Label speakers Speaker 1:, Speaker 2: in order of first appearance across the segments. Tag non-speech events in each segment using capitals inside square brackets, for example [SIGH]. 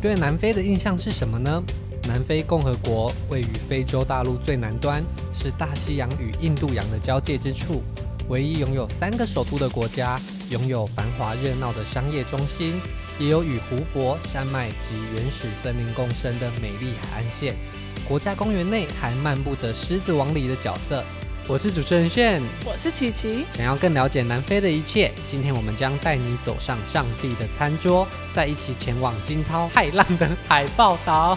Speaker 1: 对南非的印象是什么呢？南非共和国位于非洲大陆最南端，是大西洋与印度洋的交界之处，唯一拥有三个首都的国家，拥有繁华热闹的商业中心，也有与湖泊、山脉及原始森林共生的美丽海岸线。国家公园内还漫步着《狮子王》里的角色。我是主持人炫，
Speaker 2: 我是琪琪，
Speaker 1: 想要更了解南非的一切，今天我们将带你走上上帝的餐桌，再一起前往惊涛骇浪的海豹岛。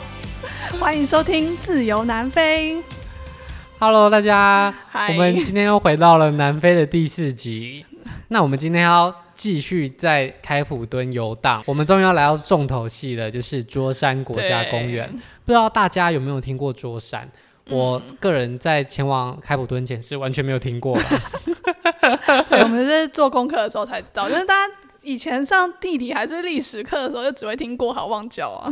Speaker 2: 欢迎收听《自由
Speaker 1: [LAUGHS]
Speaker 2: 南非》。
Speaker 1: Hello，大家，
Speaker 2: 嗨
Speaker 1: 我们今天又回到了南非的第四集。那我们今天要继续在开普敦游荡，我们终于要来到重头戏了，就是桌山国家公园。不知道大家有没有听过桌山？我个人在前往开普敦前是完全没有听过的。
Speaker 2: 对，我们是做功课的时候才知道，就是大家以前上地理还是历史课的时候，就只会听过好忘教啊。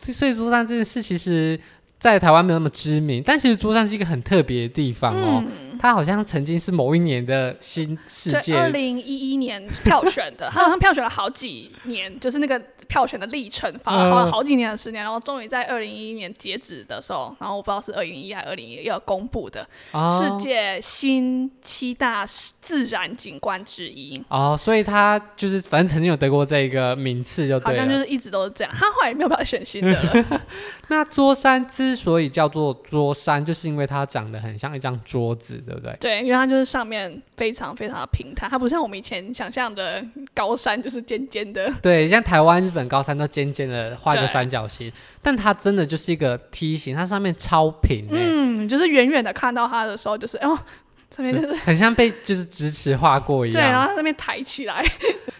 Speaker 1: 所以所以桌山这件事，其实在台湾没有那么知名，但其实桌山是一个很特别的地方哦。它好像曾经是某一年的新世
Speaker 2: 嗯对，
Speaker 1: 界
Speaker 2: 二零一一年票选的， [LAUGHS] 他好像票选了好几年，就是那个票选的历程，花
Speaker 1: 嗯
Speaker 2: 花了好几年的时间，然后终于在二零一一年截止的时候，然后我不知道是二零一还是二零一要公布的、世
Speaker 1: 哦
Speaker 2: 界新七大自然景观之一。
Speaker 1: 哦，所以它就是反正曾经有得过这个名次就
Speaker 2: 好
Speaker 1: 对
Speaker 2: 像就
Speaker 1: 了。
Speaker 2: 是一直都是这样，他后来也没有办法选新的了。
Speaker 1: 那桌山之所以叫做桌山，就是因为它长得很像一张桌子，对不对？
Speaker 2: 对，因为它就是上面非常非常的平坦，它不像我们以前想象的高山，就是尖尖的。
Speaker 1: 对，像台湾、日本高山都尖尖的画一个
Speaker 2: 对
Speaker 1: 三角形，但它真的就是一个梯形，它上面超平、欸，
Speaker 2: 嗯，就是远远的看到它的时候，就是哦，这边就是
Speaker 1: 欸很像被就是直尺划过一
Speaker 2: [LAUGHS] 对，然
Speaker 1: 样。
Speaker 2: 后它那边抬起来，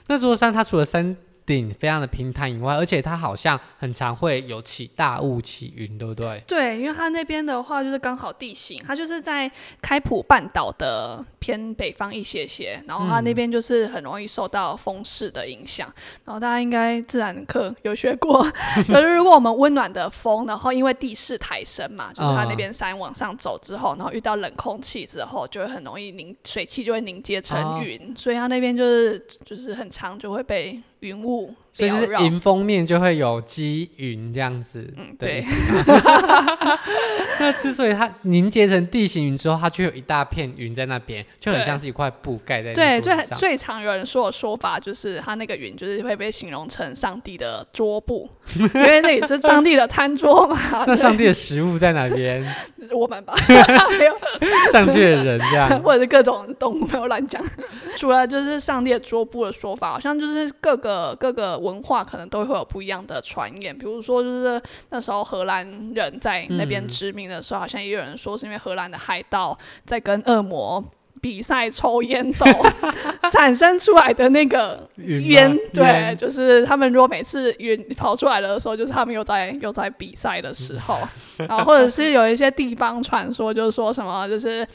Speaker 1: 那座山它除了山顶非常的平坦以外，而且它好像很常会有起大雾、起云，对不对？
Speaker 2: 对，因为它那边的话就是刚好地形，它就是在开普半岛的偏北方一些些，然后它那边就是很容易受到风势的影响。然后大家应该自然课有学过， [LAUGHS] 就是如果我们温暖的风，然后因为地势抬升
Speaker 1: 啊
Speaker 2: 嘛，就是它那边山往上走之后，然后遇到冷空气之后，就会很容易凝水汽就会凝结
Speaker 1: 哦
Speaker 2: 成云，所以它那边就是就是很长就会被云雾
Speaker 1: 所以就
Speaker 2: 缭
Speaker 1: 是
Speaker 2: 绕。
Speaker 1: 迎风面就会有积云这样子
Speaker 2: 嗯，
Speaker 1: 的意
Speaker 2: 对
Speaker 1: 思。 [LAUGHS] 那之所以它凝结成地形云之后，它就有一大片云在那边，就很
Speaker 2: 对
Speaker 1: 像是一块布盖在那
Speaker 2: 对，最
Speaker 1: 座 [LAUGHS] 上。
Speaker 2: 最常有人说的说法就是，他那个云就是会被形容成上帝的
Speaker 1: [LAUGHS]
Speaker 2: 桌布，因为那也是上帝的餐桌嘛。
Speaker 1: 那上帝的食物在哪边？
Speaker 2: 对
Speaker 1: [LAUGHS]
Speaker 2: 我们吧，没有，
Speaker 1: 上去的人这样。
Speaker 2: 或者是各种动物，没有乱讲。 [LAUGHS] 除了就是上帝的桌布的说法，好像就是各个各个文化可能都会有不一样的传言。比如说，就是那时候荷兰人在那边
Speaker 1: 嗯
Speaker 2: 殖民的时候，好像也有人说是因为荷兰的海盗在跟恶魔。比赛抽烟
Speaker 1: [LAUGHS]
Speaker 2: 斗产生出来的那个
Speaker 1: 云吗
Speaker 2: 烟， [LAUGHS] 对，
Speaker 1: 烟
Speaker 2: 就是他们如果每次云跑出来的时候，就是他们又在又在比赛的时
Speaker 1: [LAUGHS]
Speaker 2: 候，然后或者是有一些地方传说，就是说什么，就是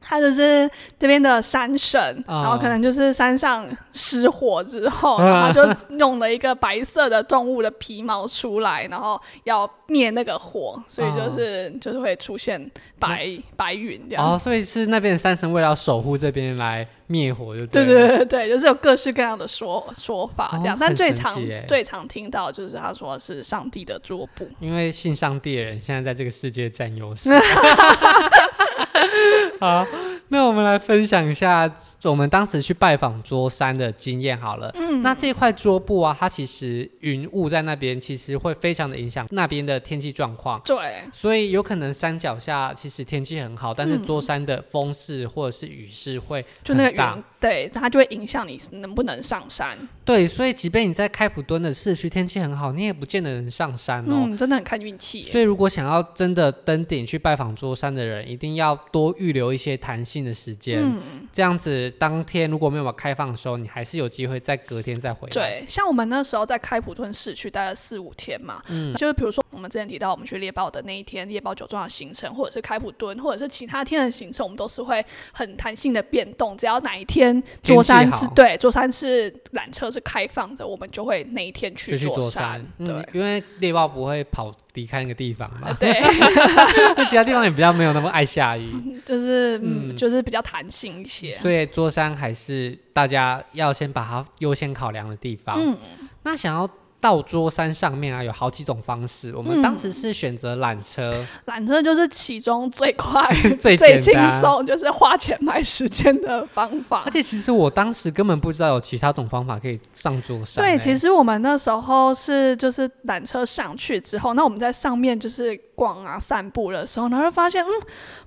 Speaker 2: 他就是这边的山神，
Speaker 1: 啊
Speaker 2: 然后可能就是山上失火之后，然后他就弄了一个白色的动物的皮毛出来，然后要灭那个火，所以就是、就是会出现白白云这样。
Speaker 1: 啊哦，所以是那边的山神为了要守护这边来灭火，就
Speaker 2: 对
Speaker 1: 对了
Speaker 2: 对对对，就是有各式各样的说说法这样，
Speaker 1: 哦
Speaker 2: 但
Speaker 1: 很
Speaker 2: 最
Speaker 1: 神
Speaker 2: 常
Speaker 1: 奇耶
Speaker 2: 最常听到就是他说是上帝的桌布，
Speaker 1: 因为信上帝的人现在在这个世界占优势。 [LAUGHS] 好，那我们来分享一下我们当时去拜访桌山的经验好了。嗯，那这块桌布啊，它其实云雾在那边，其实会非常的影响那边的天气状况。
Speaker 2: 对，
Speaker 1: 所以有可能山脚下其实天气很好，但是桌山的风势或者是雨势会
Speaker 2: 嗯就那个
Speaker 1: 很大
Speaker 2: 云，对它就会影响你能不能上山。
Speaker 1: 对，所以即便你在开普敦的市区天气很好，你也不见得能上山哦。
Speaker 2: 嗯，真的很看运气耶。
Speaker 1: 所以，如果想要真的登顶去拜访桌山的人，一定要多预留一些弹性的时间。
Speaker 2: 嗯
Speaker 1: 这样子，当天如果没有开放的时候，你还是有机会在隔天再回来。，
Speaker 2: 对，像我们那时候在开普敦市区待了四五天嘛，
Speaker 1: 嗯
Speaker 2: 就是比如说我们之前提到我们去猎豹的那一天，猎豹酒庄的行程，或者是开普敦，或者是其他天的行程，我们都是会很弹性的变动，只要哪一天
Speaker 1: 天
Speaker 2: 座
Speaker 1: 气
Speaker 2: 山是
Speaker 1: 好
Speaker 2: 对座山是缆车是开放的，我们就会那一天
Speaker 1: 就
Speaker 2: 去
Speaker 1: 去
Speaker 2: 座
Speaker 1: 桌
Speaker 2: 山
Speaker 1: 山，，嗯
Speaker 2: 对，。
Speaker 1: 因为猎豹不会跑离开那个地方
Speaker 2: [LAUGHS]
Speaker 1: [LAUGHS] 嘛，
Speaker 2: 对，
Speaker 1: 那其他地方也比较没有那么爱下
Speaker 2: [LAUGHS]
Speaker 1: 雨，
Speaker 2: 就是嗯，
Speaker 1: 嗯
Speaker 2: 就是比较弹性一些。
Speaker 1: 所以
Speaker 2: 嗯
Speaker 1: 桌山还是大家要先把它优先考量的地方。那想要倒桌山上面啊，有好几种方式。我
Speaker 2: 嗯
Speaker 1: 们当时是选择缆
Speaker 2: [LAUGHS]
Speaker 1: 车，
Speaker 2: 缆车就是其中最快、
Speaker 1: [LAUGHS] 最
Speaker 2: 最轻
Speaker 1: 简单。
Speaker 2: 松，就是花钱买时间的方法
Speaker 1: 而。且其实我当时根本不知道有其他种方法可以上桌山、
Speaker 2: 对，
Speaker 1: 欸。？
Speaker 2: 其实我们那时候是就是缆车上去之后，那我们在上面就是逛啊散步的时候，然后就发现，嗯，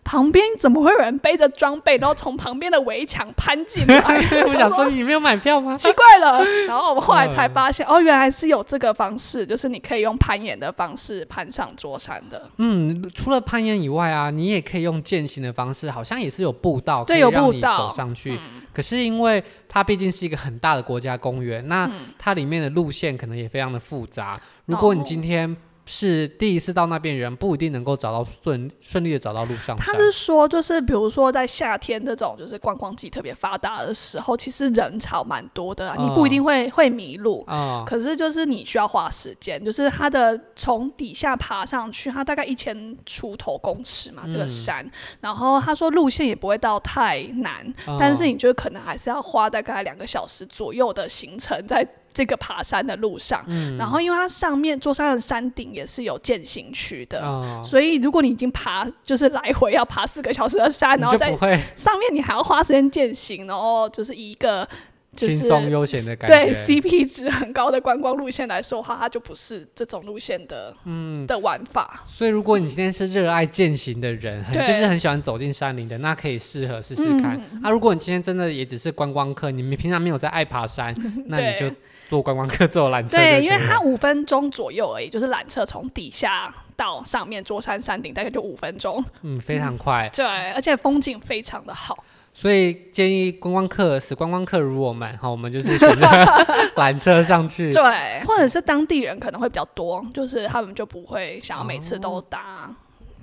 Speaker 2: 旁边怎么会有人背着装备，然后从旁边的围墙攀进来
Speaker 1: [LAUGHS] [LAUGHS] 我想说，你嗯没有买票吗？
Speaker 2: 奇怪了。然后我们后来才发现，哦，原来是有这个方式，就是你可以用攀岩的方式攀上桌山的。
Speaker 1: 嗯，除了攀岩以外啊，你也可以用践行的方式，好像也是有步道，
Speaker 2: 对
Speaker 1: 可以
Speaker 2: 有
Speaker 1: 让
Speaker 2: 步
Speaker 1: 你
Speaker 2: 道嗯
Speaker 1: 走上去。可是因为它毕竟是一个很大的国家公园，那它里面的路线可能也非常的复杂。如果你
Speaker 2: 嗯哦
Speaker 1: 今天是第一次到那边的人，不一定能够找到顺顺利的找到路上
Speaker 2: 他
Speaker 1: 山。
Speaker 2: 是说，就是比如说在夏天这种就是观光季特别发达的时候，其实人潮蛮多的啦，啊
Speaker 1: 嗯
Speaker 2: 你不一定会会迷路。
Speaker 1: 啊、
Speaker 2: 可是就是你需要花时间，就是它的从底下爬上去，它大概一千出头公尺
Speaker 1: 嗯
Speaker 2: 嘛，这个山。然后他说路线也不会到太难，
Speaker 1: 嗯
Speaker 2: 但是你就可能还是要花大概两个小时左右的行程在。这个爬山的路上，
Speaker 1: 嗯
Speaker 2: 然后因为它上面座山的山顶也是有践行区的，
Speaker 1: 啊、
Speaker 2: 所以如果你已经爬，就是来回要爬四个小时的山，然
Speaker 1: 你
Speaker 2: 后
Speaker 1: 就不
Speaker 2: 在
Speaker 1: 会
Speaker 2: 上面你还要花时间践行，然后就是以一个就是
Speaker 1: 轻松悠闲的感
Speaker 2: 对
Speaker 1: 觉。
Speaker 2: CP 值很高的观光路线来说的话，它就不是这种路线的嗯的玩法。
Speaker 1: 所以，如果你今天是热爱践行的人，很
Speaker 2: 对嗯
Speaker 1: 就是很喜欢走进山林的，那可以适合试试看。啊，如果你今天真的也只是观光客，你们平常没有在爱爬
Speaker 2: [LAUGHS]
Speaker 1: 山，那你就坐观光客坐缆车就可以了。
Speaker 2: 对，因为它五分钟左右而已，就是缆车从底下到上面桌山山顶大概就五分钟。
Speaker 1: 嗯非常快，
Speaker 2: 对，而且风景非常的好。
Speaker 1: 所以建议观光客死观光客如我们，好，我们就是选择 [LAUGHS] 缆车上去。
Speaker 2: 对，
Speaker 1: 嗯
Speaker 2: 或者是当地人可能会比较多，就是他们就不会想要每次都搭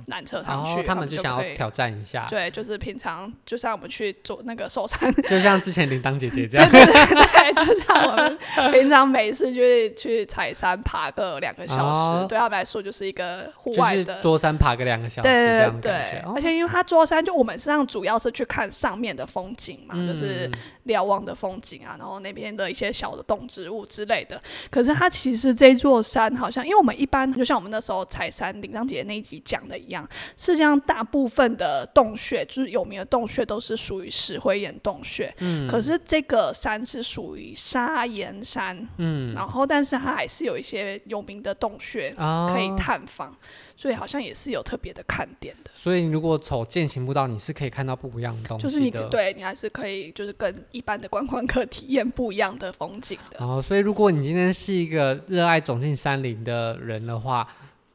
Speaker 2: 缆车
Speaker 1: 然
Speaker 2: 上去，
Speaker 1: 后哦他们就想
Speaker 2: 可
Speaker 1: 要
Speaker 2: 以
Speaker 1: 挑战一下，
Speaker 2: 对，就是平常就像我们去做那个寿山，
Speaker 1: 就像之前铃铛姐姐这
Speaker 2: [LAUGHS]
Speaker 1: 样，
Speaker 2: 对，就像我们平常没事就是去踩山爬个两个小时，
Speaker 1: 哦
Speaker 2: 对他们来说就是一个户
Speaker 1: 就
Speaker 2: 外
Speaker 1: 是
Speaker 2: 的。
Speaker 1: 桌山爬个两个小时这
Speaker 2: 对
Speaker 1: 样
Speaker 2: 对
Speaker 1: 的感
Speaker 2: 对
Speaker 1: 觉，哦
Speaker 2: 而。且因为它桌山，就我们实际上主要是去看上面的风景
Speaker 1: 嗯
Speaker 2: 嘛，就是瞭望的风景啊，然后那边的一些小的动植物之类的。可是它其实这座山好像，因为我们一般就像我们那时候采山铃铛姐那一集讲的一样，世界上大部分的洞穴，就是有名的洞穴都是属于石灰岩洞穴，嗯，可是这个山是属于砂岩山，嗯，然后但是它还是有一些有名的洞穴
Speaker 1: 啊
Speaker 2: 可以探访，所以好像也是有特别的看点的。
Speaker 1: 所以你如果走践行步道，你是可以看到不一样的东西
Speaker 2: 就
Speaker 1: 的。
Speaker 2: 是你对你还是可以，就是跟一般的观光客 [LAUGHS] 体验不一样的风景的。
Speaker 1: 哦，所以如果你今天是一个热爱走进山林的人的话，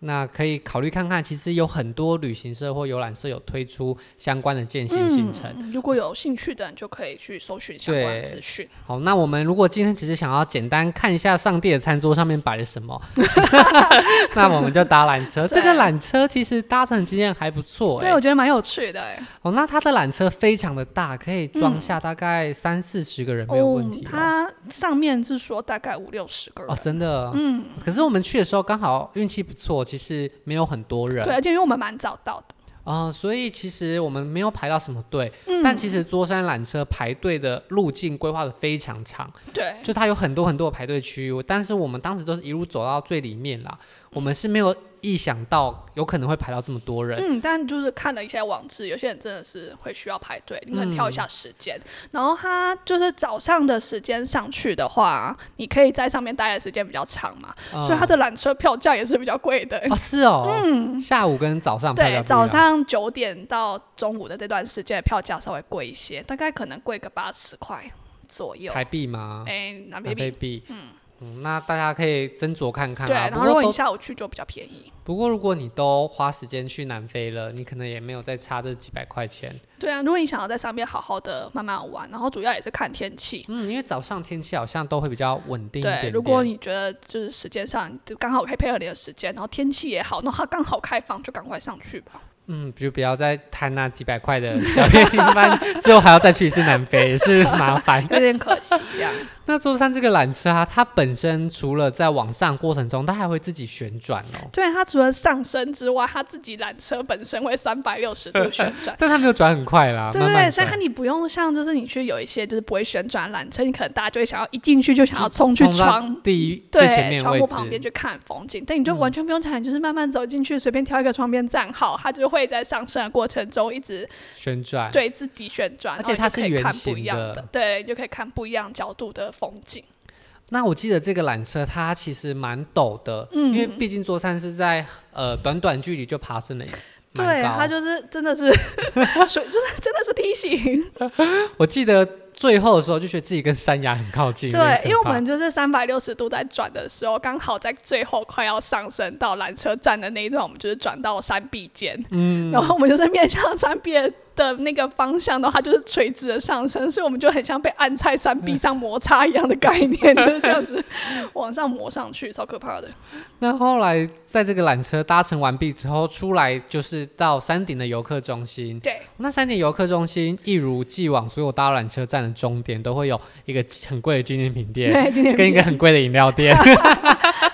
Speaker 1: 那可以考虑看看，其实有很多旅行社或游览社有推出相关的践行行程。
Speaker 2: 嗯如果有兴趣的人，就可以去搜寻相关的
Speaker 1: 对
Speaker 2: 资讯。
Speaker 1: 好，那我们如果今天只是想要简单看一下上帝的餐桌上面摆了什
Speaker 2: [LAUGHS]
Speaker 1: 么，那我们就搭缆车。这个
Speaker 2: 对
Speaker 1: 缆车其实搭乘经验还不错、
Speaker 2: 对，
Speaker 1: 欸，
Speaker 2: 我觉得蛮有趣的、欸。
Speaker 1: 哦，那它的缆车非常的大，可以装下大概三四十个人没有问题、哦。
Speaker 2: 嗯它上面是说大概五六十个人。
Speaker 1: 哦，真的，嗯。可是我们去的时候刚好运气不错，其实没有很多人，
Speaker 2: 对，而且因为我们蛮早到的，
Speaker 1: 啊、所以其实我们没有排到什么队，
Speaker 2: 嗯
Speaker 1: 但其实桌山缆车排队的路径规划的非常长，
Speaker 2: 对，
Speaker 1: 就它有很多很多的排队区域，但是我们当时都是一路走到最里面啦，
Speaker 2: 嗯
Speaker 1: 我们是没有意想到有可能会排到这么多人。
Speaker 2: 嗯，但就是看了一些网志，有些人真的是会需要排队，你可能挑一下
Speaker 1: 嗯
Speaker 2: 时间。然后它就是早上的时间上去的话，你可以在上面待的时间比较长嘛，
Speaker 1: 嗯
Speaker 2: 所以它的缆车票价也是比较贵的。
Speaker 1: 哦，是哦，下午跟早上排啊
Speaker 2: 对
Speaker 1: 到，
Speaker 2: 早上九点到中午的这段时间的票价稍微贵一些，大概可能贵个八十块左右。
Speaker 1: 台币吗？啊
Speaker 2: 哎，南
Speaker 1: 台币
Speaker 2: 北比
Speaker 1: 币，嗯，那大家可以斟酌看看
Speaker 2: 对，
Speaker 1: 啦。
Speaker 2: 然
Speaker 1: 不
Speaker 2: 后如
Speaker 1: 过
Speaker 2: 果你
Speaker 1: 都
Speaker 2: 下午去就比较便宜。
Speaker 1: 不过如果你都花时间去南非了，你可能也没有再差这几百块钱。
Speaker 2: 对啊，如果你想要在上面好好的慢慢玩，然后主要也是看天气。
Speaker 1: 嗯，因为早上天气好像都会比较稳定一点
Speaker 2: 对，
Speaker 1: 点。
Speaker 2: 如果你觉得就
Speaker 1: [LAUGHS]
Speaker 2: 是时间上就刚好可以配合你的时间，然后天气也好，那它刚好开放，就赶快上去吧。
Speaker 1: 嗯，就不要再贪那几百块的小便宜班，之后还要再去一次南非，也是麻烦。 [LAUGHS]
Speaker 2: 有点可惜这样。
Speaker 1: 那舟山这个缆车啊，它本身除了在往上过程中，它还会自己旋转哦，。
Speaker 2: 对，它除了上升之外，它自己缆车本身会三百六十度旋转
Speaker 1: 但它没有转很快啦，
Speaker 2: 对
Speaker 1: 啊慢
Speaker 2: 对
Speaker 1: 慢
Speaker 2: 对，所以
Speaker 1: 转
Speaker 2: 它你不用像就是你去有一些就是不会旋转缆车，你可能大家就会想要一进去就想要冲去
Speaker 1: 冲到
Speaker 2: 窗
Speaker 1: 第一最前
Speaker 2: 对
Speaker 1: 面
Speaker 2: 窗
Speaker 1: 位
Speaker 2: 户旁边
Speaker 1: 置，嗯
Speaker 2: 去看风景，但你就完全不用想，你就是慢慢走进去，随便挑一个窗边站好，它就会在上升的过程中一直
Speaker 1: 旋转。
Speaker 2: 对自己旋转，
Speaker 1: 哎而且
Speaker 2: 然后
Speaker 1: 它
Speaker 2: 你
Speaker 1: 是
Speaker 2: 就可以
Speaker 1: 圆
Speaker 2: 看
Speaker 1: 形
Speaker 2: 不一样
Speaker 1: 的
Speaker 2: 的，对，你就可以看不一样角度的风景。
Speaker 1: 那我记得这个缆车它其实蛮陡的，
Speaker 2: 嗯
Speaker 1: 因为毕竟座山是在呃短短距离就爬升了一。蛮
Speaker 2: 对，
Speaker 1: 高
Speaker 2: 它就是真的是 [LAUGHS] 水，就是真的是梯形。
Speaker 1: 我记得最后的时候就觉得自己跟山崖很靠近，有点可
Speaker 2: 对，因为我
Speaker 1: 怕
Speaker 2: 们就是三百六十度在转的时候，刚好在最后快要上升到缆车站的那一段，我们就是转到山壁间，嗯， [LAUGHS] 然后我们就是面向山壁的那个方向的话，就是垂直的上升，所以我们就很像被按在山壁上摩擦一样的概念， [LAUGHS] 就是这样子往上磨上去，超可怕的。
Speaker 1: 那后来在这个缆车搭乘完毕之后，出来就是到山顶的游客中心。
Speaker 2: 对，
Speaker 1: 那山顶游客中心一如既往，所有搭缆车站的终点都会有一个很贵的纪念品店，
Speaker 2: [LAUGHS] 对，今天
Speaker 1: 跟一个很贵的饮料店。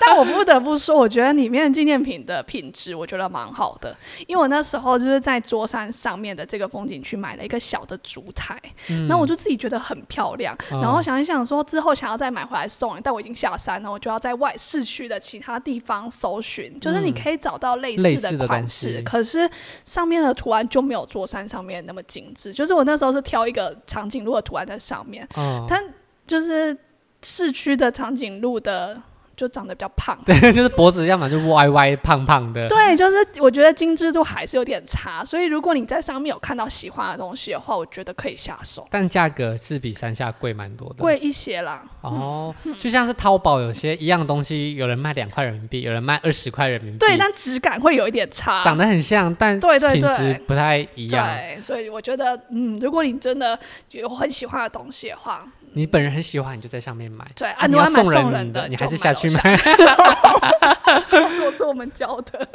Speaker 2: 但我不得不说，我觉得里面纪念品的品质我觉得蛮好的，因为我那时候就是在桌山上面的这个风景区买了一个小的烛台，然后我就自己觉得很漂亮，
Speaker 1: 嗯
Speaker 2: [LAUGHS] 然后想一想说之后想要再买回来送人，欸但我已经下山了，我就要在外市区的其他地方搜寻，就是你可以找到类
Speaker 1: 嗯类
Speaker 2: 似
Speaker 1: 似的
Speaker 2: 的款
Speaker 1: 东西
Speaker 2: 式，可是上面的图案就没有桌山上面那么精致，就是我那时候是挑一个长颈鹿的图案在上面，
Speaker 1: 嗯， [LAUGHS]
Speaker 2: 它就是市区的长颈鹿的就长得比较胖。
Speaker 1: 对，就是脖子要么就歪歪胖胖的。
Speaker 2: 对，就是我觉得精致度还是有点差，所以如果你在上面有看到喜欢的东西的话，我觉得可以下手，
Speaker 1: 但价格是比山下贵蛮多的。
Speaker 2: 贵嗯一些啦。
Speaker 1: 哦，就像是淘宝有些一样东西，有人卖两块人民币，有人卖二十块人民币，
Speaker 2: 对，但质感会有一点差。
Speaker 1: 长得很像，但
Speaker 2: 对对
Speaker 1: 品质
Speaker 2: 对
Speaker 1: 不太一样。
Speaker 2: 对，所以我觉得，嗯，如果你真的有很喜欢的东西的话，
Speaker 1: 你本人很喜欢，你就在上面买。
Speaker 2: 对，
Speaker 1: 啊
Speaker 2: 啊，
Speaker 1: 你
Speaker 2: 如
Speaker 1: 要
Speaker 2: 果买
Speaker 1: 送人
Speaker 2: 送人
Speaker 1: 的，
Speaker 2: 的，
Speaker 1: 你
Speaker 2: 就
Speaker 1: 还是
Speaker 2: 买
Speaker 1: 下
Speaker 2: 楼
Speaker 1: 去
Speaker 2: 下。
Speaker 1: 买。 [LAUGHS]
Speaker 2: 都是我们教的。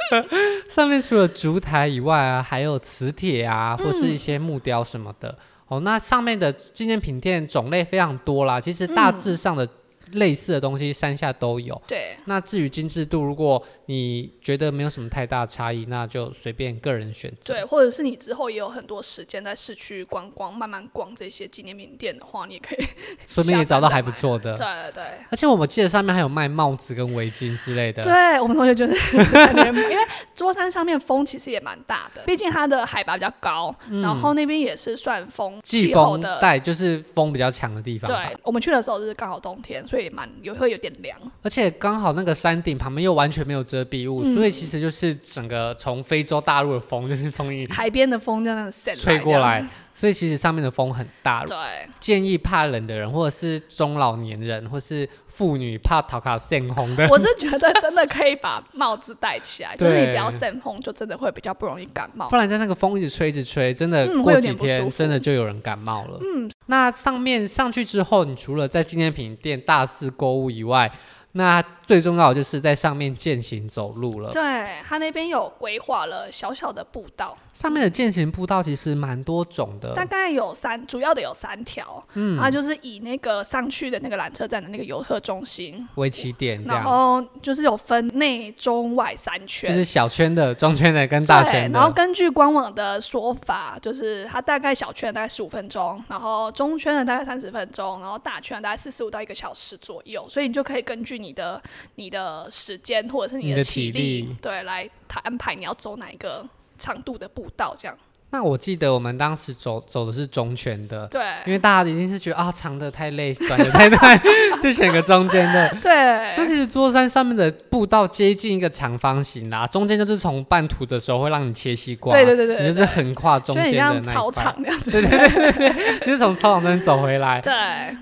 Speaker 1: 上面除了烛台以外啊，还有磁铁啊，或是一些木雕什么的。哦，那上面的纪念品店种类非常多啦，其实大
Speaker 2: 嗯
Speaker 1: 致上的类似的东西山下都有。
Speaker 2: 对，
Speaker 1: 那至于精致度，如果你觉得没有什么太大差异，那就随便个人选择。
Speaker 2: 对，或者是你之后也有很多时间在市区观光，慢慢逛这些纪念品店的话，你也可以。
Speaker 1: 顺便也找到还不错的。
Speaker 2: [LAUGHS] 对对对。
Speaker 1: 而且我们记得上面还有卖帽子跟围巾之类的。
Speaker 2: 对我们同学 [LAUGHS] 就是在那边买，因为桌山上面风其实也蛮大的，毕竟它的海拔比较高，然后那边也是算风
Speaker 1: 嗯季
Speaker 2: 气候
Speaker 1: 风
Speaker 2: 的。
Speaker 1: 带就是风比较强的地方吧。
Speaker 2: 对，我们去的时候就是刚好冬天，所以蛮有会有点凉。
Speaker 1: 而且刚好那个山顶旁边又完全没有遮蔽物，
Speaker 2: 嗯
Speaker 1: 所以其实就是整个从非洲大陆的风就是从你
Speaker 2: 海边的风这样散
Speaker 1: 吹过
Speaker 2: 这样。
Speaker 1: 来，所以其实上面的风很大。
Speaker 2: 对，
Speaker 1: 建议怕冷的人，或者是中老年人，或是妇女怕塔卡线红的，
Speaker 2: 我是觉得真的可以把帽子戴起
Speaker 1: [LAUGHS]
Speaker 2: 来，就是你
Speaker 1: 对
Speaker 2: 不要扇风，就真的会比较不容易感冒
Speaker 1: 不。然在那个风一直吹一直吹，真的
Speaker 2: 嗯会
Speaker 1: 过
Speaker 2: 有
Speaker 1: 几
Speaker 2: 点不
Speaker 1: 天
Speaker 2: 舒服
Speaker 1: 真的就有人感冒了。嗯，那上面上去之后，你除了在纪念品店大肆购物以外，那最重要的就是在上面践行走路了。
Speaker 2: 对，它那边有规划了小小的步道，
Speaker 1: 上面的践行步道其实蛮多种的，
Speaker 2: 大概有三，主要的有三条，嗯，它就是以那个上去的那个缆车站的那个游客中心，
Speaker 1: 为起点这
Speaker 2: 然
Speaker 1: 样，
Speaker 2: 后就是有分内、中、外三
Speaker 1: 就
Speaker 2: 圈。
Speaker 1: 是小圈的、中圈的跟大
Speaker 2: 对
Speaker 1: 圈，的。
Speaker 2: 然后根据官网的说法，就是它大概小圈大概十五分钟，然后中圈的大概三十分钟，然后大圈大概四十五到一个小时左右，所以你就可以根据你的你的时间或者是
Speaker 1: 你
Speaker 2: 你
Speaker 1: 的
Speaker 2: 的
Speaker 1: 体
Speaker 2: 体
Speaker 1: 力
Speaker 2: 对，来它安排你要走哪一个长度的步道
Speaker 1: [LAUGHS]
Speaker 2: 这样。
Speaker 1: 那我记得我们当时走走的是中圈的，因
Speaker 2: 对
Speaker 1: 为大家一定是觉得啊长的太累，短的太
Speaker 2: [LAUGHS]
Speaker 1: 短，就选个中间的。那
Speaker 2: 对
Speaker 1: 其实座山上面的步道接近一个长方形啦，中间就是从半途的时候会让你切西瓜，
Speaker 2: 对对对对对
Speaker 1: 你就是横跨中
Speaker 2: 就
Speaker 1: 间
Speaker 2: 很
Speaker 1: 的那一块
Speaker 2: 像
Speaker 1: [LAUGHS]
Speaker 2: 操场，那样子。
Speaker 1: 对对对对，对就是从操场那边走回来，
Speaker 2: 对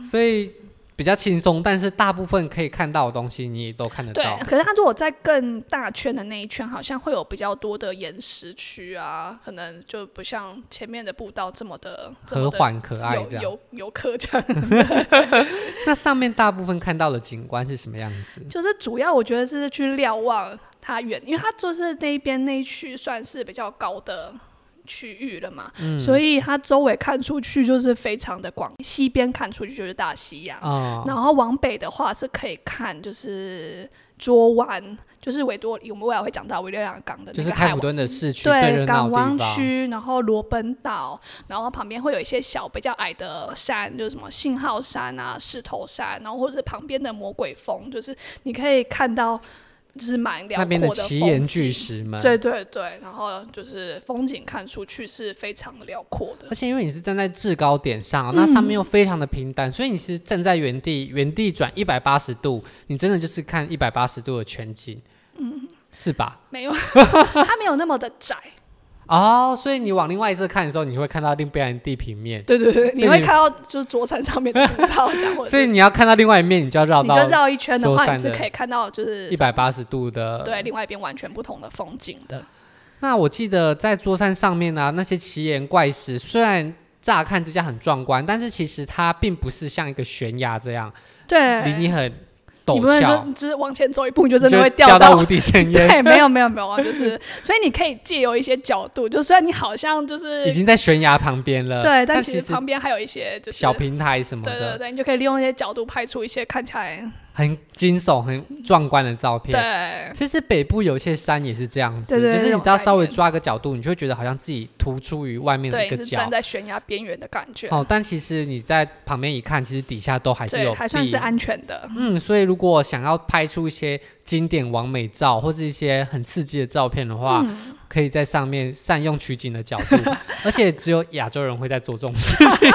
Speaker 1: 所以比较轻松，但是大部分可以看到的东西你也都看得
Speaker 2: 对
Speaker 1: 到，。
Speaker 2: 可是它如果在更大圈的那一圈，好像会有比较多的岩石区啊，可能就不像前面的步道这么的这么
Speaker 1: 和
Speaker 2: 的
Speaker 1: 缓可爱
Speaker 2: 游
Speaker 1: 这样，
Speaker 2: 游游客这样。
Speaker 1: 那上面大部分看到的景观是什么样子？
Speaker 2: 就是主要我觉得是去瞭望它远，因为它就是那一边那一区算是比较高的区域了嘛，
Speaker 1: 嗯
Speaker 2: 所以它周围看出去就是非常的广，西边看出去就是大西洋，
Speaker 1: 哦，
Speaker 2: 然后往北的话是可以看就是桌湾，就是维多，我们未来会讲到维多利亚港的
Speaker 1: 就
Speaker 2: 那
Speaker 1: 是
Speaker 2: 个海
Speaker 1: 开
Speaker 2: 湾
Speaker 1: 普。敦的市区最热闹
Speaker 2: 对，港
Speaker 1: 的地
Speaker 2: 湾
Speaker 1: 方。
Speaker 2: 区，然后罗本岛，然后旁边会有一些小比较矮的山，就是什么信号山啊、石头山，然后或者是旁边的魔鬼峰，就是你可以看到就是蛮辽
Speaker 1: 那
Speaker 2: 阔
Speaker 1: 边的
Speaker 2: 风
Speaker 1: 奇岩
Speaker 2: 景
Speaker 1: 巨。石们，
Speaker 2: 对对对，然后就是风景看出去是非常的辽阔的
Speaker 1: 而。且因为你是站在制高点
Speaker 2: 嗯
Speaker 1: 上，那上面又非常的平坦，所以你是站在原地，原地转一百八十度，你真的就是看一百八十度的全景，嗯，是吧？[LAUGHS]
Speaker 2: 没有，它没有那么的窄。
Speaker 1: 哦，所以你往另外一侧看的时候，你会看到另外一地平面，
Speaker 2: 对对对，
Speaker 1: 所
Speaker 2: 你
Speaker 1: 以
Speaker 2: 会
Speaker 1: 你
Speaker 2: 看到就是桌山上面的步道这样，或者
Speaker 1: 所以
Speaker 2: 是
Speaker 1: 你要看到另外一面，你就要绕
Speaker 2: 你就
Speaker 1: 到
Speaker 2: 绕一圈的
Speaker 1: 桌
Speaker 2: 话，
Speaker 1: 山
Speaker 2: 你是
Speaker 1: 的
Speaker 2: 可以看到就是
Speaker 1: 一百呃八十度的。
Speaker 2: 对另外一边完全不同的风景的。
Speaker 1: 那我记得在桌山上面啊，那些奇岩怪石虽然。乍看之下很壮观，但是其实它并不是像一个悬崖这样
Speaker 2: 对，
Speaker 1: 离你很
Speaker 2: 你
Speaker 1: 陡
Speaker 2: 不能
Speaker 1: 峭
Speaker 2: 说，就是往前走一步，你就
Speaker 1: 你
Speaker 2: 真的
Speaker 1: 就
Speaker 2: 会
Speaker 1: 掉
Speaker 2: 到。 [LAUGHS]
Speaker 1: 无底深渊。
Speaker 2: 对，没有没有没有啊，就是所以你可以借由一些角度，就虽然你好像就是
Speaker 1: 已经在悬崖旁边了。
Speaker 2: 对，但
Speaker 1: 但
Speaker 2: 其实旁边还有一些就是
Speaker 1: 小平台什么
Speaker 2: 对对
Speaker 1: 的，
Speaker 2: 对，你就可以利用一些角度拍出一些看起来
Speaker 1: 很惊悚、很壮观的照片。
Speaker 2: 对
Speaker 1: 其实北部有一些山也是这样子，
Speaker 2: 对对对
Speaker 1: 就是
Speaker 2: 那
Speaker 1: 你
Speaker 2: 种
Speaker 1: 只要稍微
Speaker 2: 概念
Speaker 1: 抓个角度，你就会觉得好像自己突出于外面的一
Speaker 2: 对，
Speaker 1: 个
Speaker 2: 你是
Speaker 1: 角
Speaker 2: 站。在悬崖边缘的感觉，
Speaker 1: 哦，但其实你在旁边一看，其实底下都还是
Speaker 2: 对，
Speaker 1: 有
Speaker 2: 还算是
Speaker 1: 地。
Speaker 2: 安全的。 [LAUGHS]
Speaker 1: 嗯，所以如果想要拍出一些经典完美照或是一些很刺激的照片的话，
Speaker 2: 嗯
Speaker 1: 可以在上面善用取景的角
Speaker 2: [LAUGHS]
Speaker 1: 度，而且只有亚洲人会在做这种事情。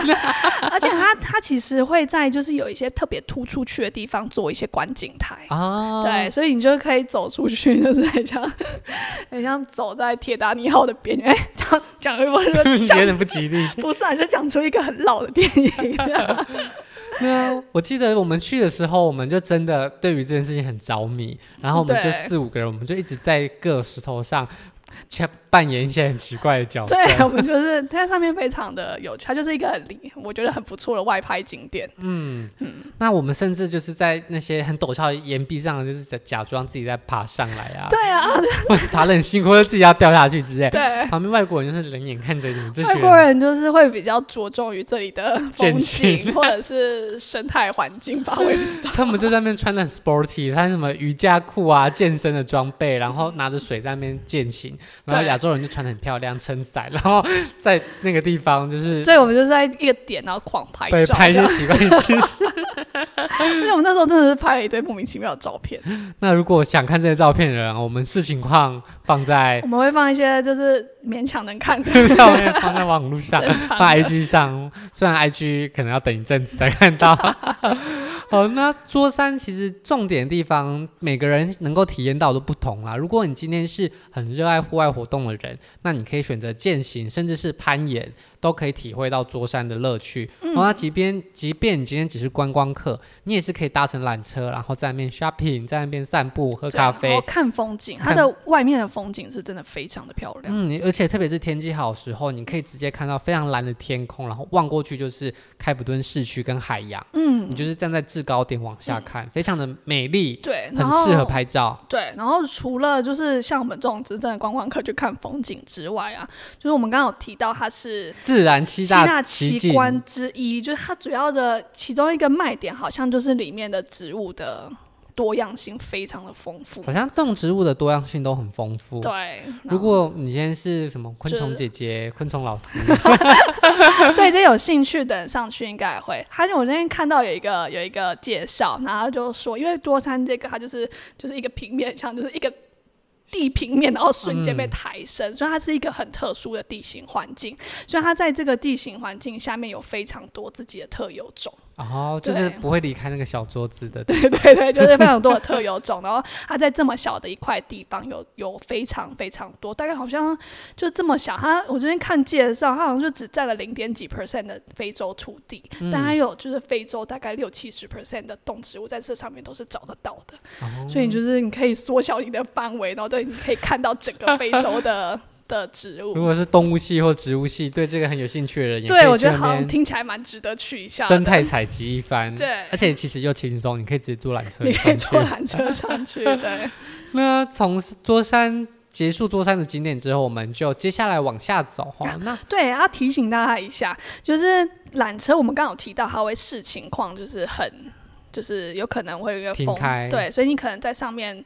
Speaker 2: 而且它它其实会在就是有一些特别突出去的地方做一些观景台。
Speaker 1: 啊，
Speaker 2: [LAUGHS] 对，所以你就可以走出去，就是很像， [LAUGHS] 很像走在铁达尼号的边缘。哎、 [LAUGHS] 讲讲一波，
Speaker 1: [LAUGHS]
Speaker 2: 讲
Speaker 1: 有点不吉利。
Speaker 2: 不是啊，你就讲出一个很老的电影。
Speaker 1: [LAUGHS] 对啊，我记得我们去的时候，我们就真的对于这件事情很着迷，然后我们就
Speaker 2: 对
Speaker 1: 四五个人，我们就一直在各石头上 [LAUGHS] 去扮演一些很奇怪的角色。
Speaker 2: 对，我们就是它在上面非常的有趣，它就是一个很厉，我觉得很不错的外拍景点。
Speaker 1: 嗯那我们甚至就是在那些很陡峭的岩壁上，就是假假装自己在爬上来啊，
Speaker 2: 对啊，
Speaker 1: 或者爬得很辛苦，或者自己要掉下去之类。
Speaker 2: 对，
Speaker 1: 旁边外国人就是冷眼看着你们 [LAUGHS] 这
Speaker 2: 外
Speaker 1: 群
Speaker 2: 国
Speaker 1: 人，
Speaker 2: 人就是会比较着重于这里的风
Speaker 1: 见
Speaker 2: 景 [LAUGHS]
Speaker 1: 性
Speaker 2: 或者是生态环境吧，我也
Speaker 1: [LAUGHS]
Speaker 2: 不知道。
Speaker 1: 他们就在那边穿的很 sporty，穿什么瑜伽裤啊、健身的装备，然后拿着水在那边健行，然后
Speaker 2: 对
Speaker 1: 亚洲人就穿的很漂亮，撑伞，然后在那个地方就是
Speaker 2: 所以我们就是在一个点，然后狂拍
Speaker 1: 被
Speaker 2: 照，
Speaker 1: 拍一
Speaker 2: 这
Speaker 1: 些
Speaker 2: 样
Speaker 1: 奇怪的姿势。
Speaker 2: [LAUGHS] 而且我们那时候真的是拍了一堆莫名其妙的照片。
Speaker 1: [LAUGHS] 那如果想看这些照片的人，我们视情况放在
Speaker 2: 我们会放一些就是勉强能
Speaker 1: [LAUGHS]
Speaker 2: 看的
Speaker 1: 上面，放在网络上，
Speaker 2: 正常
Speaker 1: 放
Speaker 2: 的
Speaker 1: IG 上。虽然 IG 可能要等一阵子才看到。 [LAUGHS] 好，那桌山其实重点地方，每个人能够体验到的不同啦。如果你今天是很热爱户外活动的人，那你可以选择健行，甚至是攀岩，都可以体会到桌山的乐趣。
Speaker 2: 嗯
Speaker 1: 然后、那即便即便你今天只是观光客，你也是可以搭乘缆车，然后在那边 shopping，在那边散步、喝
Speaker 2: 对
Speaker 1: 咖
Speaker 2: 啊然
Speaker 1: 啡
Speaker 2: 后。看风景，它
Speaker 1: 看
Speaker 2: 的外面的风景是真的非常的漂亮。
Speaker 1: 嗯，你而且特别是天气好的时候，你可以直接看到非常蓝的天空，然后望过去就是开普敦市区跟海洋。
Speaker 2: 嗯，
Speaker 1: 你就是站在制高点往下看，非常的美丽，
Speaker 2: 对，
Speaker 1: 很
Speaker 2: 嗯然后
Speaker 1: 适合拍照。
Speaker 2: 对，然后除了就是像我们这种执政的观光客去看风景之外啊，就是我们刚刚有提到它是
Speaker 1: 自然七
Speaker 2: 希
Speaker 1: 大
Speaker 2: 腊
Speaker 1: 奇
Speaker 2: 奇
Speaker 1: 景，
Speaker 2: 观之一，就是它主要的其中一个卖点好像就是里面的植物的多样性非常的丰富。
Speaker 1: 好像动植物的多样性都很丰富。
Speaker 2: 对，
Speaker 1: 如果你今天是什么昆
Speaker 2: 就
Speaker 1: 虫
Speaker 2: 是
Speaker 1: 姐姐、昆虫老
Speaker 2: [LAUGHS]
Speaker 1: 师，
Speaker 2: 然后对这有兴趣的人上去应该也会。还有我那天看到有一个有一个介绍，然后就说，因为多山这个它就是就是一个平面上就是一个地平面，然后瞬间被抬升，所以它是一个很特殊的地形环境。所以它在这个地形环境下面有非常多自己的特有种。
Speaker 1: 哦，就是
Speaker 2: 对
Speaker 1: 不会离开那个小桌子的。
Speaker 2: 对 [LAUGHS] 对对，就是非常多的特有种。然后它在这么小的一块地方有有非常非常多，大概好像就这么小。它我昨天看介绍，它好像就只占了零点几 percent 的非洲土地，
Speaker 1: 嗯
Speaker 2: 但它有就是非洲大概六七十 percent 的动植物在这上面都是找得到的。
Speaker 1: 哦
Speaker 2: 所以就是你可以缩小你的范围，然后对你可以看到整个非
Speaker 1: [LAUGHS]
Speaker 2: 洲的的植
Speaker 1: 如
Speaker 2: 物。
Speaker 1: 果是动物系或植物系，对这个很有兴趣的人，也可
Speaker 2: 对，
Speaker 1: 以
Speaker 2: 我觉得
Speaker 1: 去
Speaker 2: 好
Speaker 1: 那
Speaker 2: 像
Speaker 1: 边
Speaker 2: 听起来蛮值得去一下的。
Speaker 1: 生态采集一番。
Speaker 2: [LAUGHS] 对
Speaker 1: 而且其实又轻松，你可以直接坐缆车上去。
Speaker 2: 你可以坐缆车上去，对。
Speaker 1: 那从桌山结束桌山的景点之后，我们就接下来往下走
Speaker 2: 啊
Speaker 1: 哦。那 [LAUGHS]
Speaker 2: 对，要提醒大家一下，就是缆车，我们刚刚有提到它会视情况，就是很，就是有可能会有一个
Speaker 1: 停
Speaker 2: 风
Speaker 1: 开，
Speaker 2: 对，所以你可能在上面。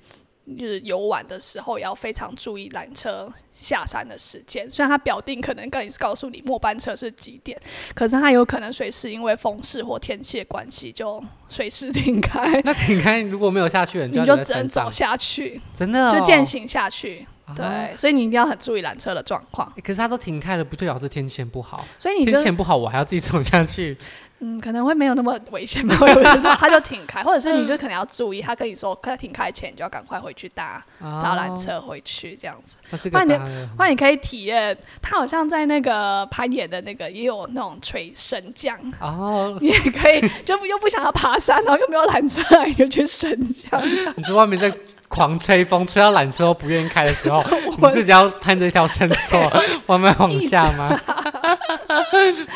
Speaker 2: 就是游玩的时候也要非常注意缆车下山的时间，虽然它表定可能跟你告诉你末班车是几点，可是它有可能随时因为风势或天气的关系就随时停开，
Speaker 1: [LAUGHS] 那你看，如果没有下去，你
Speaker 2: 你
Speaker 1: 就
Speaker 2: 就
Speaker 1: 要留
Speaker 2: 只
Speaker 1: 在
Speaker 2: 能
Speaker 1: 山
Speaker 2: 走
Speaker 1: 上，
Speaker 2: 下去，
Speaker 1: 真的、哦、
Speaker 2: 就践行下去。
Speaker 1: 啊
Speaker 2: 对，
Speaker 1: 欸
Speaker 2: 所以你一定要很注意缆车的状况。
Speaker 1: 可是它都停开了，不就表示天气很不好？
Speaker 2: 所以你
Speaker 1: 天
Speaker 2: 就
Speaker 1: 气很不好，我还要自己走下
Speaker 2: [LAUGHS]
Speaker 1: 去。
Speaker 2: 嗯，可能会没有那么危险吧，我也不知道。他就停开，或者是你
Speaker 1: 嗯
Speaker 2: 就可能要注意，他跟你说快停开前，你就要赶快回去搭搭缆
Speaker 1: 哦，
Speaker 2: 车回去这样子。
Speaker 1: 啊那这个
Speaker 2: 不然你
Speaker 1: 搭得很
Speaker 2: 那你可以体验，他好像在那个攀岩的那个也有那种垂绳降，
Speaker 1: 哦，
Speaker 2: 你也
Speaker 1: [LAUGHS]
Speaker 2: 可以就不又不想要爬山，然后又没有缆车，你就去升降。
Speaker 1: 你在外面在狂吹风，吹到缆车都不愿意开的时候，
Speaker 2: [LAUGHS] 我
Speaker 1: 你自己要攀着一条绳索慢慢往下
Speaker 2: [LAUGHS]
Speaker 1: 吗？ [LAUGHS]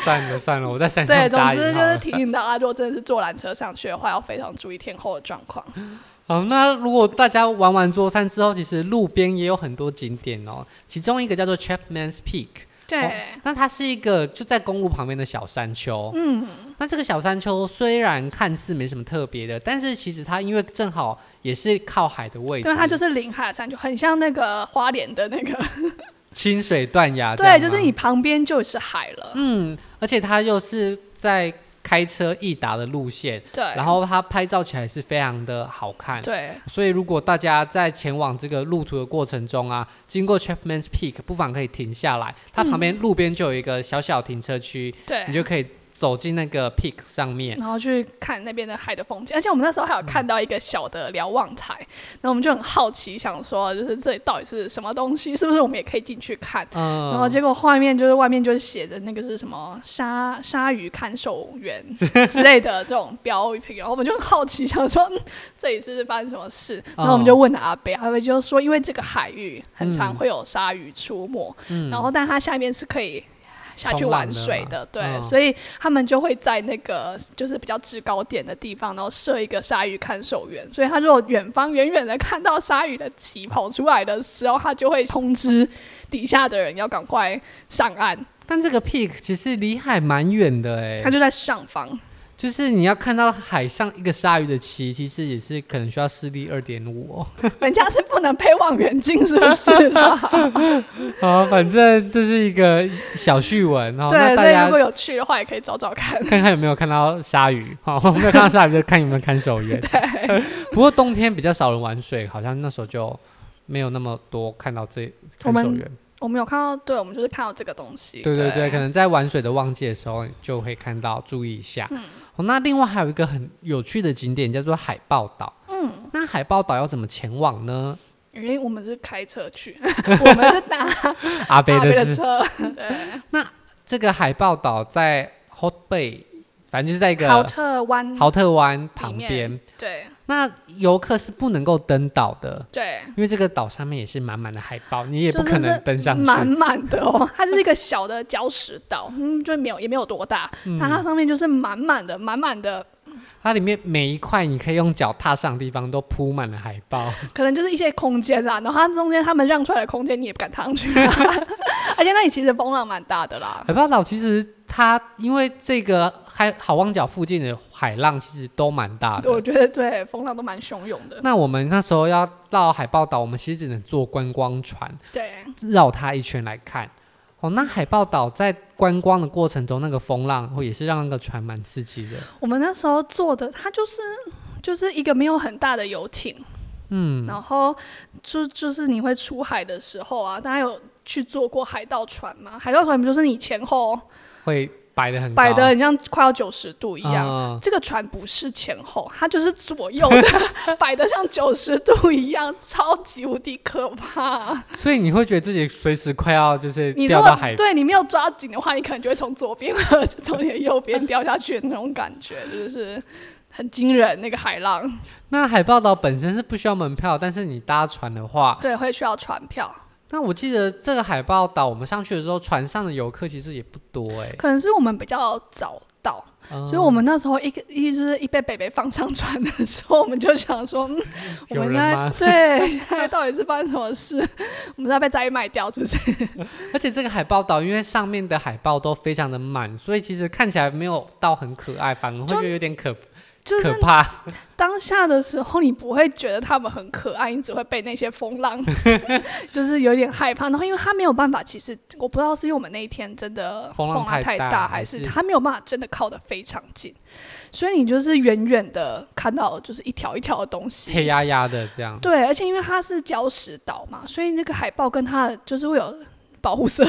Speaker 1: 算了算了，我在山
Speaker 2: 对，
Speaker 1: 上
Speaker 2: 总
Speaker 1: 扎
Speaker 2: 之
Speaker 1: 营
Speaker 2: 就
Speaker 1: 好
Speaker 2: 是
Speaker 1: 了。
Speaker 2: 提醒大家，如果真的是坐缆车上去的话，要非常注意天候的状况。
Speaker 1: 哦好，那如果大家玩完桌山之后，其实路边也有很多景点哦，其中一个叫做 Chapman's Peak。
Speaker 2: 对。
Speaker 1: 哦那它是一个就在公路旁边的小山丘。嗯，那这个小山丘虽然看似没什么特别的，但是其实它因为正好也是靠海的位置，
Speaker 2: 对，它就是是临海山丘，很像那个花莲的那个， [LAUGHS]
Speaker 1: 清水断崖啊这样
Speaker 2: 对，
Speaker 1: 吗。
Speaker 2: 就是你旁边就是海了。
Speaker 1: 嗯，而且它又是在开车易达的路线，
Speaker 2: 对，
Speaker 1: 然后它拍照起来是非常的好看。
Speaker 2: 对
Speaker 1: 所以，如果大家在前往这个路途的过程中啊，经过 Chapman's Peak，不妨可以停下来，它旁边路边就有一个小小停车区，
Speaker 2: 对，
Speaker 1: 你就可以走进那个 peak 上面。
Speaker 2: 然后去看那边的海的风景，而且我们那时候还有看到一个小的瞭望台，然后我们就很好奇，想说就是这里到底是什么东西，是不是我们也可以进去看？
Speaker 1: 嗯，
Speaker 2: 然后结果画面就是外面就是写着那个是什么鲨鲨鱼看守
Speaker 1: [LAUGHS]
Speaker 2: 员之类的这种标语，然后我们就很好奇，想说、嗯、这里是不是发生什么事？
Speaker 1: 嗯
Speaker 2: 然后我们就问了阿北，阿北就说因为这个海域很常
Speaker 1: 嗯
Speaker 2: 会有鲨鱼出没，
Speaker 1: 嗯
Speaker 2: 然后但它下面是可以。下去
Speaker 1: 冲浪
Speaker 2: 玩
Speaker 1: 的
Speaker 2: 水
Speaker 1: 嘛
Speaker 2: 的，对，
Speaker 1: 嗯
Speaker 2: 所以他们就会在那个就是比较制高点的地方，然后设一个鲨鱼看守员。所以他如果远方远远的看到鲨鱼的鳍跑出来的时候，他就会通知底下的人要赶快上岸。
Speaker 1: 但这个 peak 其实离海蛮远的哎、
Speaker 2: 他就在上方，
Speaker 1: 就是你要看到海上一个鲨鱼的鳍，其实也是可能需要视力二点五哦。 [LAUGHS]
Speaker 2: 人家是不能配望远镜，是不是啦？
Speaker 1: 好，反正这是一个小趣闻哦。那
Speaker 2: 对，
Speaker 1: 大
Speaker 2: 所以
Speaker 1: 家
Speaker 2: 如果有去的话，也可以找找看。 [LAUGHS]
Speaker 1: 看看有没有看到鲨鱼， [LAUGHS] 好，没有看到鲨鱼就看有没有看守员。 [LAUGHS] 不过冬天比较少人玩水，好像那时候就没有那么多看到这
Speaker 2: 我
Speaker 1: 看
Speaker 2: 们
Speaker 1: 守员。
Speaker 2: 我们有看到，对，我们就是看到这个东西。
Speaker 1: 对对
Speaker 2: 对
Speaker 1: 对，可能在玩水的旺季的时候就会看到，注意一下。哦，那另外还有一个很有趣的景点叫做海豹岛。嗯，那海豹岛要怎么前往 [LAUGHS] 呢？
Speaker 2: 因为我们是开车去， [LAUGHS] 我们是
Speaker 1: [LAUGHS]
Speaker 2: 搭
Speaker 1: 阿
Speaker 2: 搭
Speaker 1: 贝
Speaker 2: 别
Speaker 1: 的
Speaker 2: 的
Speaker 1: 是
Speaker 2: 车，
Speaker 1: 这个海豹岛在 Hot Bay，反正就是在一个
Speaker 2: 豪特湾
Speaker 1: 豪特湾旁
Speaker 2: 面
Speaker 1: 边。
Speaker 2: 对
Speaker 1: 那游客是不能够登岛的。
Speaker 2: 对，
Speaker 1: 因为这个岛上面也是满满的海豹，你也
Speaker 2: 就
Speaker 1: 不
Speaker 2: 是
Speaker 1: 可
Speaker 2: 是
Speaker 1: 能登上去。
Speaker 2: 满满的哦， [LAUGHS] 它就是一个小的礁石岛，嗯，就没有也没有多大，但它上面就是满满的满满的，
Speaker 1: 它里面每一块你可以用脚踏上的地方都铺满了海
Speaker 2: [LAUGHS]
Speaker 1: 豹，
Speaker 2: 可能就是一些空间啦。然后它中间他们让出来的空间你也不敢踏上去啦， [LAUGHS] 而且那里其实风浪蛮大的啦。
Speaker 1: 海豹岛其实它因为这个海好望角附近的海浪其实都蛮大
Speaker 2: 我
Speaker 1: 的。
Speaker 2: 觉得啊对风浪都蛮汹涌的，
Speaker 1: 那我们那时候要到海豹岛，我们其实只能坐观光船
Speaker 2: 对，
Speaker 1: 绕它一圈来看。哦，那海豹岛在观光的过程中，那个风浪会也是让那个船蛮刺激的。
Speaker 2: 我们那时候坐的，它就是就是一个没有很大的游艇，嗯，然后就就是你会出海的时候啊，大家有去坐过海盗船吗？海盗船不就是你前后
Speaker 1: 会摆的很嗯
Speaker 2: 摆的很像快要九十度一
Speaker 1: 一
Speaker 2: 样。这个船不是前后，它就是左右的， [LAUGHS] 摆的像九十度一样，超级无敌可怕。
Speaker 1: [LAUGHS] 所以你会觉得自己随时快要就是
Speaker 2: 你
Speaker 1: 掉
Speaker 2: 如
Speaker 1: 到
Speaker 2: 果
Speaker 1: 海，
Speaker 2: 对你没有抓紧的话，你可能就会从左边 [LAUGHS] 或者是从你的右边掉下去的那种感觉，就是很惊人。那个海浪，
Speaker 1: 那海报岛本身是不需要门票，但是你搭船的话，
Speaker 2: 对，会需要船票。
Speaker 1: 那我记得这个海报岛我们上去的时候，船上的游客其实也不多哎、
Speaker 2: 可能是我们比较早到，
Speaker 1: 嗯
Speaker 2: 所以我们那时候一个一就是一被北北放上船的时候，我们就想
Speaker 1: [LAUGHS]
Speaker 2: 说，嗯，我
Speaker 1: 有
Speaker 2: 们
Speaker 1: 人
Speaker 2: 现在
Speaker 1: 吗
Speaker 2: 对现在到底是发生什么事？ [LAUGHS] 我们是要被再卖掉是不是？ [LAUGHS]
Speaker 1: 而且这个海报岛，因为上面的海报都非常的满，所以其实看起来没有到很可爱，反而会
Speaker 2: 就
Speaker 1: 觉得有点可
Speaker 2: 就是
Speaker 1: 可怕。
Speaker 2: 当下的时候，你不会觉得他们很可爱，你只会被那些风浪， [LAUGHS] 就是有点害怕。然后，因为他没有办法，其实我不知道是因为我们那一天真的
Speaker 1: 风浪太
Speaker 2: 太
Speaker 1: 大
Speaker 2: 还
Speaker 1: 还
Speaker 2: 是
Speaker 1: 是
Speaker 2: 他没有办法真的靠得非常近，所以你就是远远的看到就是一条一条的东西，
Speaker 1: 黑压压的这样。
Speaker 2: 对，而且因为它是礁石岛嘛，所以那个海豹跟它的就是会有保护色。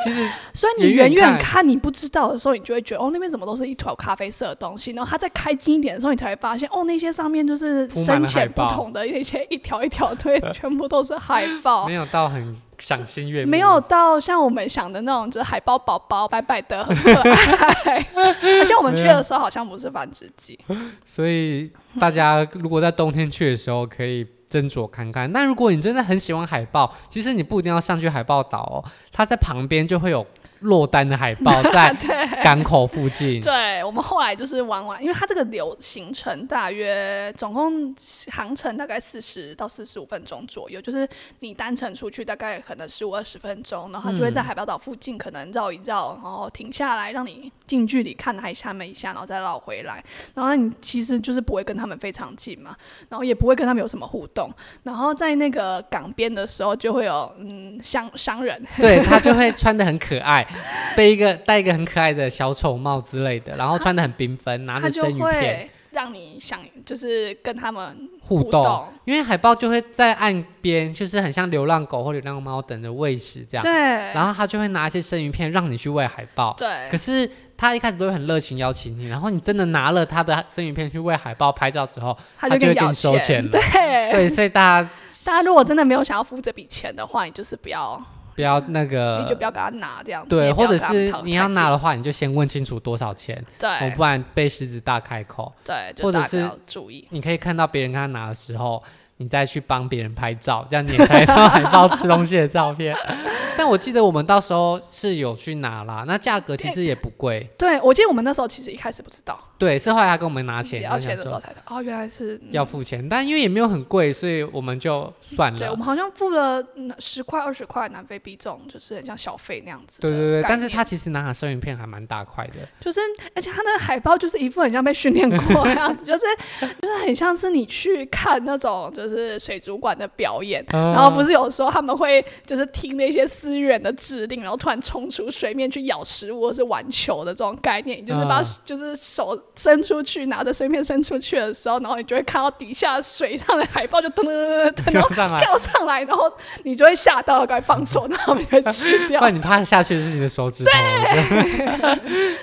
Speaker 1: 其实
Speaker 2: [LAUGHS] 所以你
Speaker 1: 远
Speaker 2: 远
Speaker 1: 远
Speaker 2: 远
Speaker 1: 看
Speaker 2: 看你不知道的时候，你就会觉得哦，那边怎么都是一坨咖啡色的东西。然后它再开近一点的时候，你才会发现哦，那些上面就是
Speaker 1: 铺满
Speaker 2: 深
Speaker 1: 了
Speaker 2: 浅
Speaker 1: 海
Speaker 2: 不
Speaker 1: 豹
Speaker 2: 同的那些一条一条
Speaker 1: [LAUGHS]
Speaker 2: 对，全部都是海报
Speaker 1: 没。有到很赏心悦目，
Speaker 2: 哦没有到像我们想的那种，就是海豹宝宝白白的很可爱。
Speaker 1: [LAUGHS]
Speaker 2: 而且我们去的时候好像不是繁殖季，
Speaker 1: 所以大家如果在冬天去的时候，可以斟酌看看。那如果你真的很喜欢海豹，其实你不一定要上去海豹岛哦，它在旁边就会有落单的海豹在
Speaker 2: [LAUGHS] 对。
Speaker 1: 港口附近。
Speaker 2: 对我们后来就是玩完，因为它这个流行程大约总共航程大概四十到四十五分钟左右，就是你单程出去大概可能十五二十分钟，然后它就会在海宝岛附近可能绕一绕，然后停下来让你近距离看他一下他们一下，然后再绕回来。然后你其实就是不会跟他们非常近嘛，然后也不会跟他们有什么互动。然后在那个港边的时候，就会有嗯商商人，
Speaker 1: 对，它就会穿的很可爱，背一个戴一个很可爱的小丑帽之类的，然后穿的很缤纷，拿
Speaker 2: 他
Speaker 1: 着
Speaker 2: 就
Speaker 1: 生鱼片
Speaker 2: 会让你想就是跟他们
Speaker 1: 互
Speaker 2: 互
Speaker 1: 动。
Speaker 2: 动。
Speaker 1: 因为海豹就会在岸边，就是很像流浪狗或流浪猫等着喂食这样，
Speaker 2: 对，
Speaker 1: 然后它就会拿一些生鱼片让你去喂海豹。可
Speaker 2: 对，
Speaker 1: 是他一开始都会很热情邀请你，然后你真的拿了他的生鱼片去喂海豹拍照之后，
Speaker 2: 他
Speaker 1: 就会
Speaker 2: 跟你
Speaker 1: 跟
Speaker 2: 要
Speaker 1: 你收钱了
Speaker 2: 对，
Speaker 1: 对，所以大家
Speaker 2: 大家如果真的没有想要付这笔钱的话，你就是不要，
Speaker 1: 不要那
Speaker 2: [LAUGHS] 你就
Speaker 1: 个
Speaker 2: 不。要给他拿这样子。你
Speaker 1: 呃对，
Speaker 2: 也不
Speaker 1: 或
Speaker 2: 要
Speaker 1: 者
Speaker 2: 跟他们
Speaker 1: 是
Speaker 2: 讨
Speaker 1: 你要拿
Speaker 2: 太哎
Speaker 1: 的话，你就先问清楚多少钱，
Speaker 2: 近
Speaker 1: 哦，
Speaker 2: 对
Speaker 1: 不然被狮子大开口。
Speaker 2: 对，就
Speaker 1: 或者
Speaker 2: 大家
Speaker 1: 是
Speaker 2: 要注意。
Speaker 1: 你可以看到别人跟他拿的时候，你再去帮别人拍照，这样你也可以看到海豹吃东西的照
Speaker 2: [LAUGHS]
Speaker 1: 片。但我记得我们到时候是有去拿啦，那价格其实也不贵，
Speaker 2: 对，我记得我们那时候其实一开始不知道，
Speaker 1: 对，是后来他跟我们拿钱，
Speaker 2: 也要
Speaker 1: 就想
Speaker 2: 钱的时
Speaker 1: 说
Speaker 2: 候才知道哦，原来是嗯
Speaker 1: 要付钱，但因为也没有很贵，所以我们就算
Speaker 2: 对，我
Speaker 1: 了。
Speaker 2: 们好像付了嗯十块二十块南非币这种，就是很像小费那样子的
Speaker 1: 对
Speaker 2: 概
Speaker 1: 对
Speaker 2: 念。
Speaker 1: 对，但是他其实拿卡生鱼片还蛮大块的，
Speaker 2: 就是，而且他的海报就是一副很像被训练过的样子， [LAUGHS] 就是就是很像是你去看那种就是水族馆的表演，
Speaker 1: 嗯
Speaker 2: 然
Speaker 1: [LAUGHS]
Speaker 2: 后不是有时候他们会就是听那些私人的指令，然后突然冲出水面去咬食物或是玩球的这种概念，你就是把、
Speaker 1: 嗯
Speaker 2: 就是手伸出去，拿着随便伸出去的时候，然后你就会看到底下水上的海报就噔噔噔噔噔，然
Speaker 1: 跳
Speaker 2: 后
Speaker 1: 上
Speaker 2: [LAUGHS]
Speaker 1: 来，
Speaker 2: 跳上来，然后你就会吓到了，赶快放手，然后他们就会吃掉
Speaker 1: 不。然你怕下去的是你的手指头， [LAUGHS] 这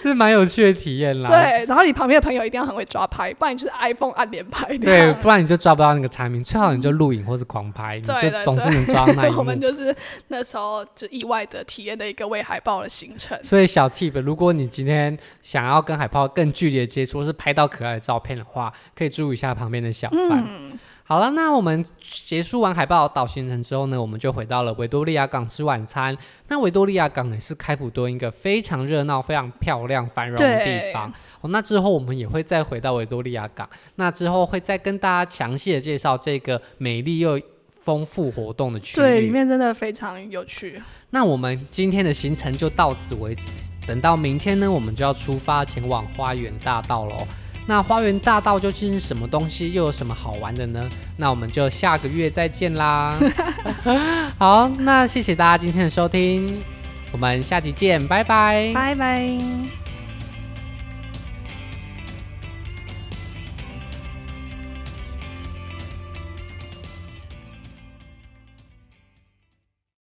Speaker 1: 这是蛮有趣的体验啦。
Speaker 2: 对，然后你旁边的朋友一定要很会抓拍，不然你就是 iPhone 按连拍那
Speaker 1: 对
Speaker 2: 样。
Speaker 1: 不然你就抓不到那个产品，最好你就录影或是狂拍，你
Speaker 2: 对
Speaker 1: 就
Speaker 2: 对
Speaker 1: 总是能抓到那一
Speaker 2: [LAUGHS] 我们
Speaker 1: 幕。
Speaker 2: 就是那时候就意外的体验了一个喂海豹的行程。
Speaker 1: 所以小 tip，如果你今天想要跟海豹更剧烈的接触，或是拍到可爱的照片的话，可以注意一下旁边的小贩。
Speaker 2: 嗯，
Speaker 1: 好了，那我们结束完海豹岛行程之后呢，我们就回到了维多利亚港吃晚餐。那维多利亚港也是开普敦一个非常热闹、非常漂亮、繁荣的地方。哦，那之后我们也会再回到维多利亚港，那之后会再跟大家详细的介绍这个美丽又丰富活动的区
Speaker 2: 对，里
Speaker 1: 域。
Speaker 2: 面真的非常有趣。
Speaker 1: 那我们今天的行程就到此为止，等到明天呢，我们就要出发前往花园大道喽。那花园大道究竟是什么东西，又有什么好玩的呢？那我们就下个月再见啦。好，那谢谢大家今天的收听，我们下集见，拜拜。
Speaker 2: 拜拜。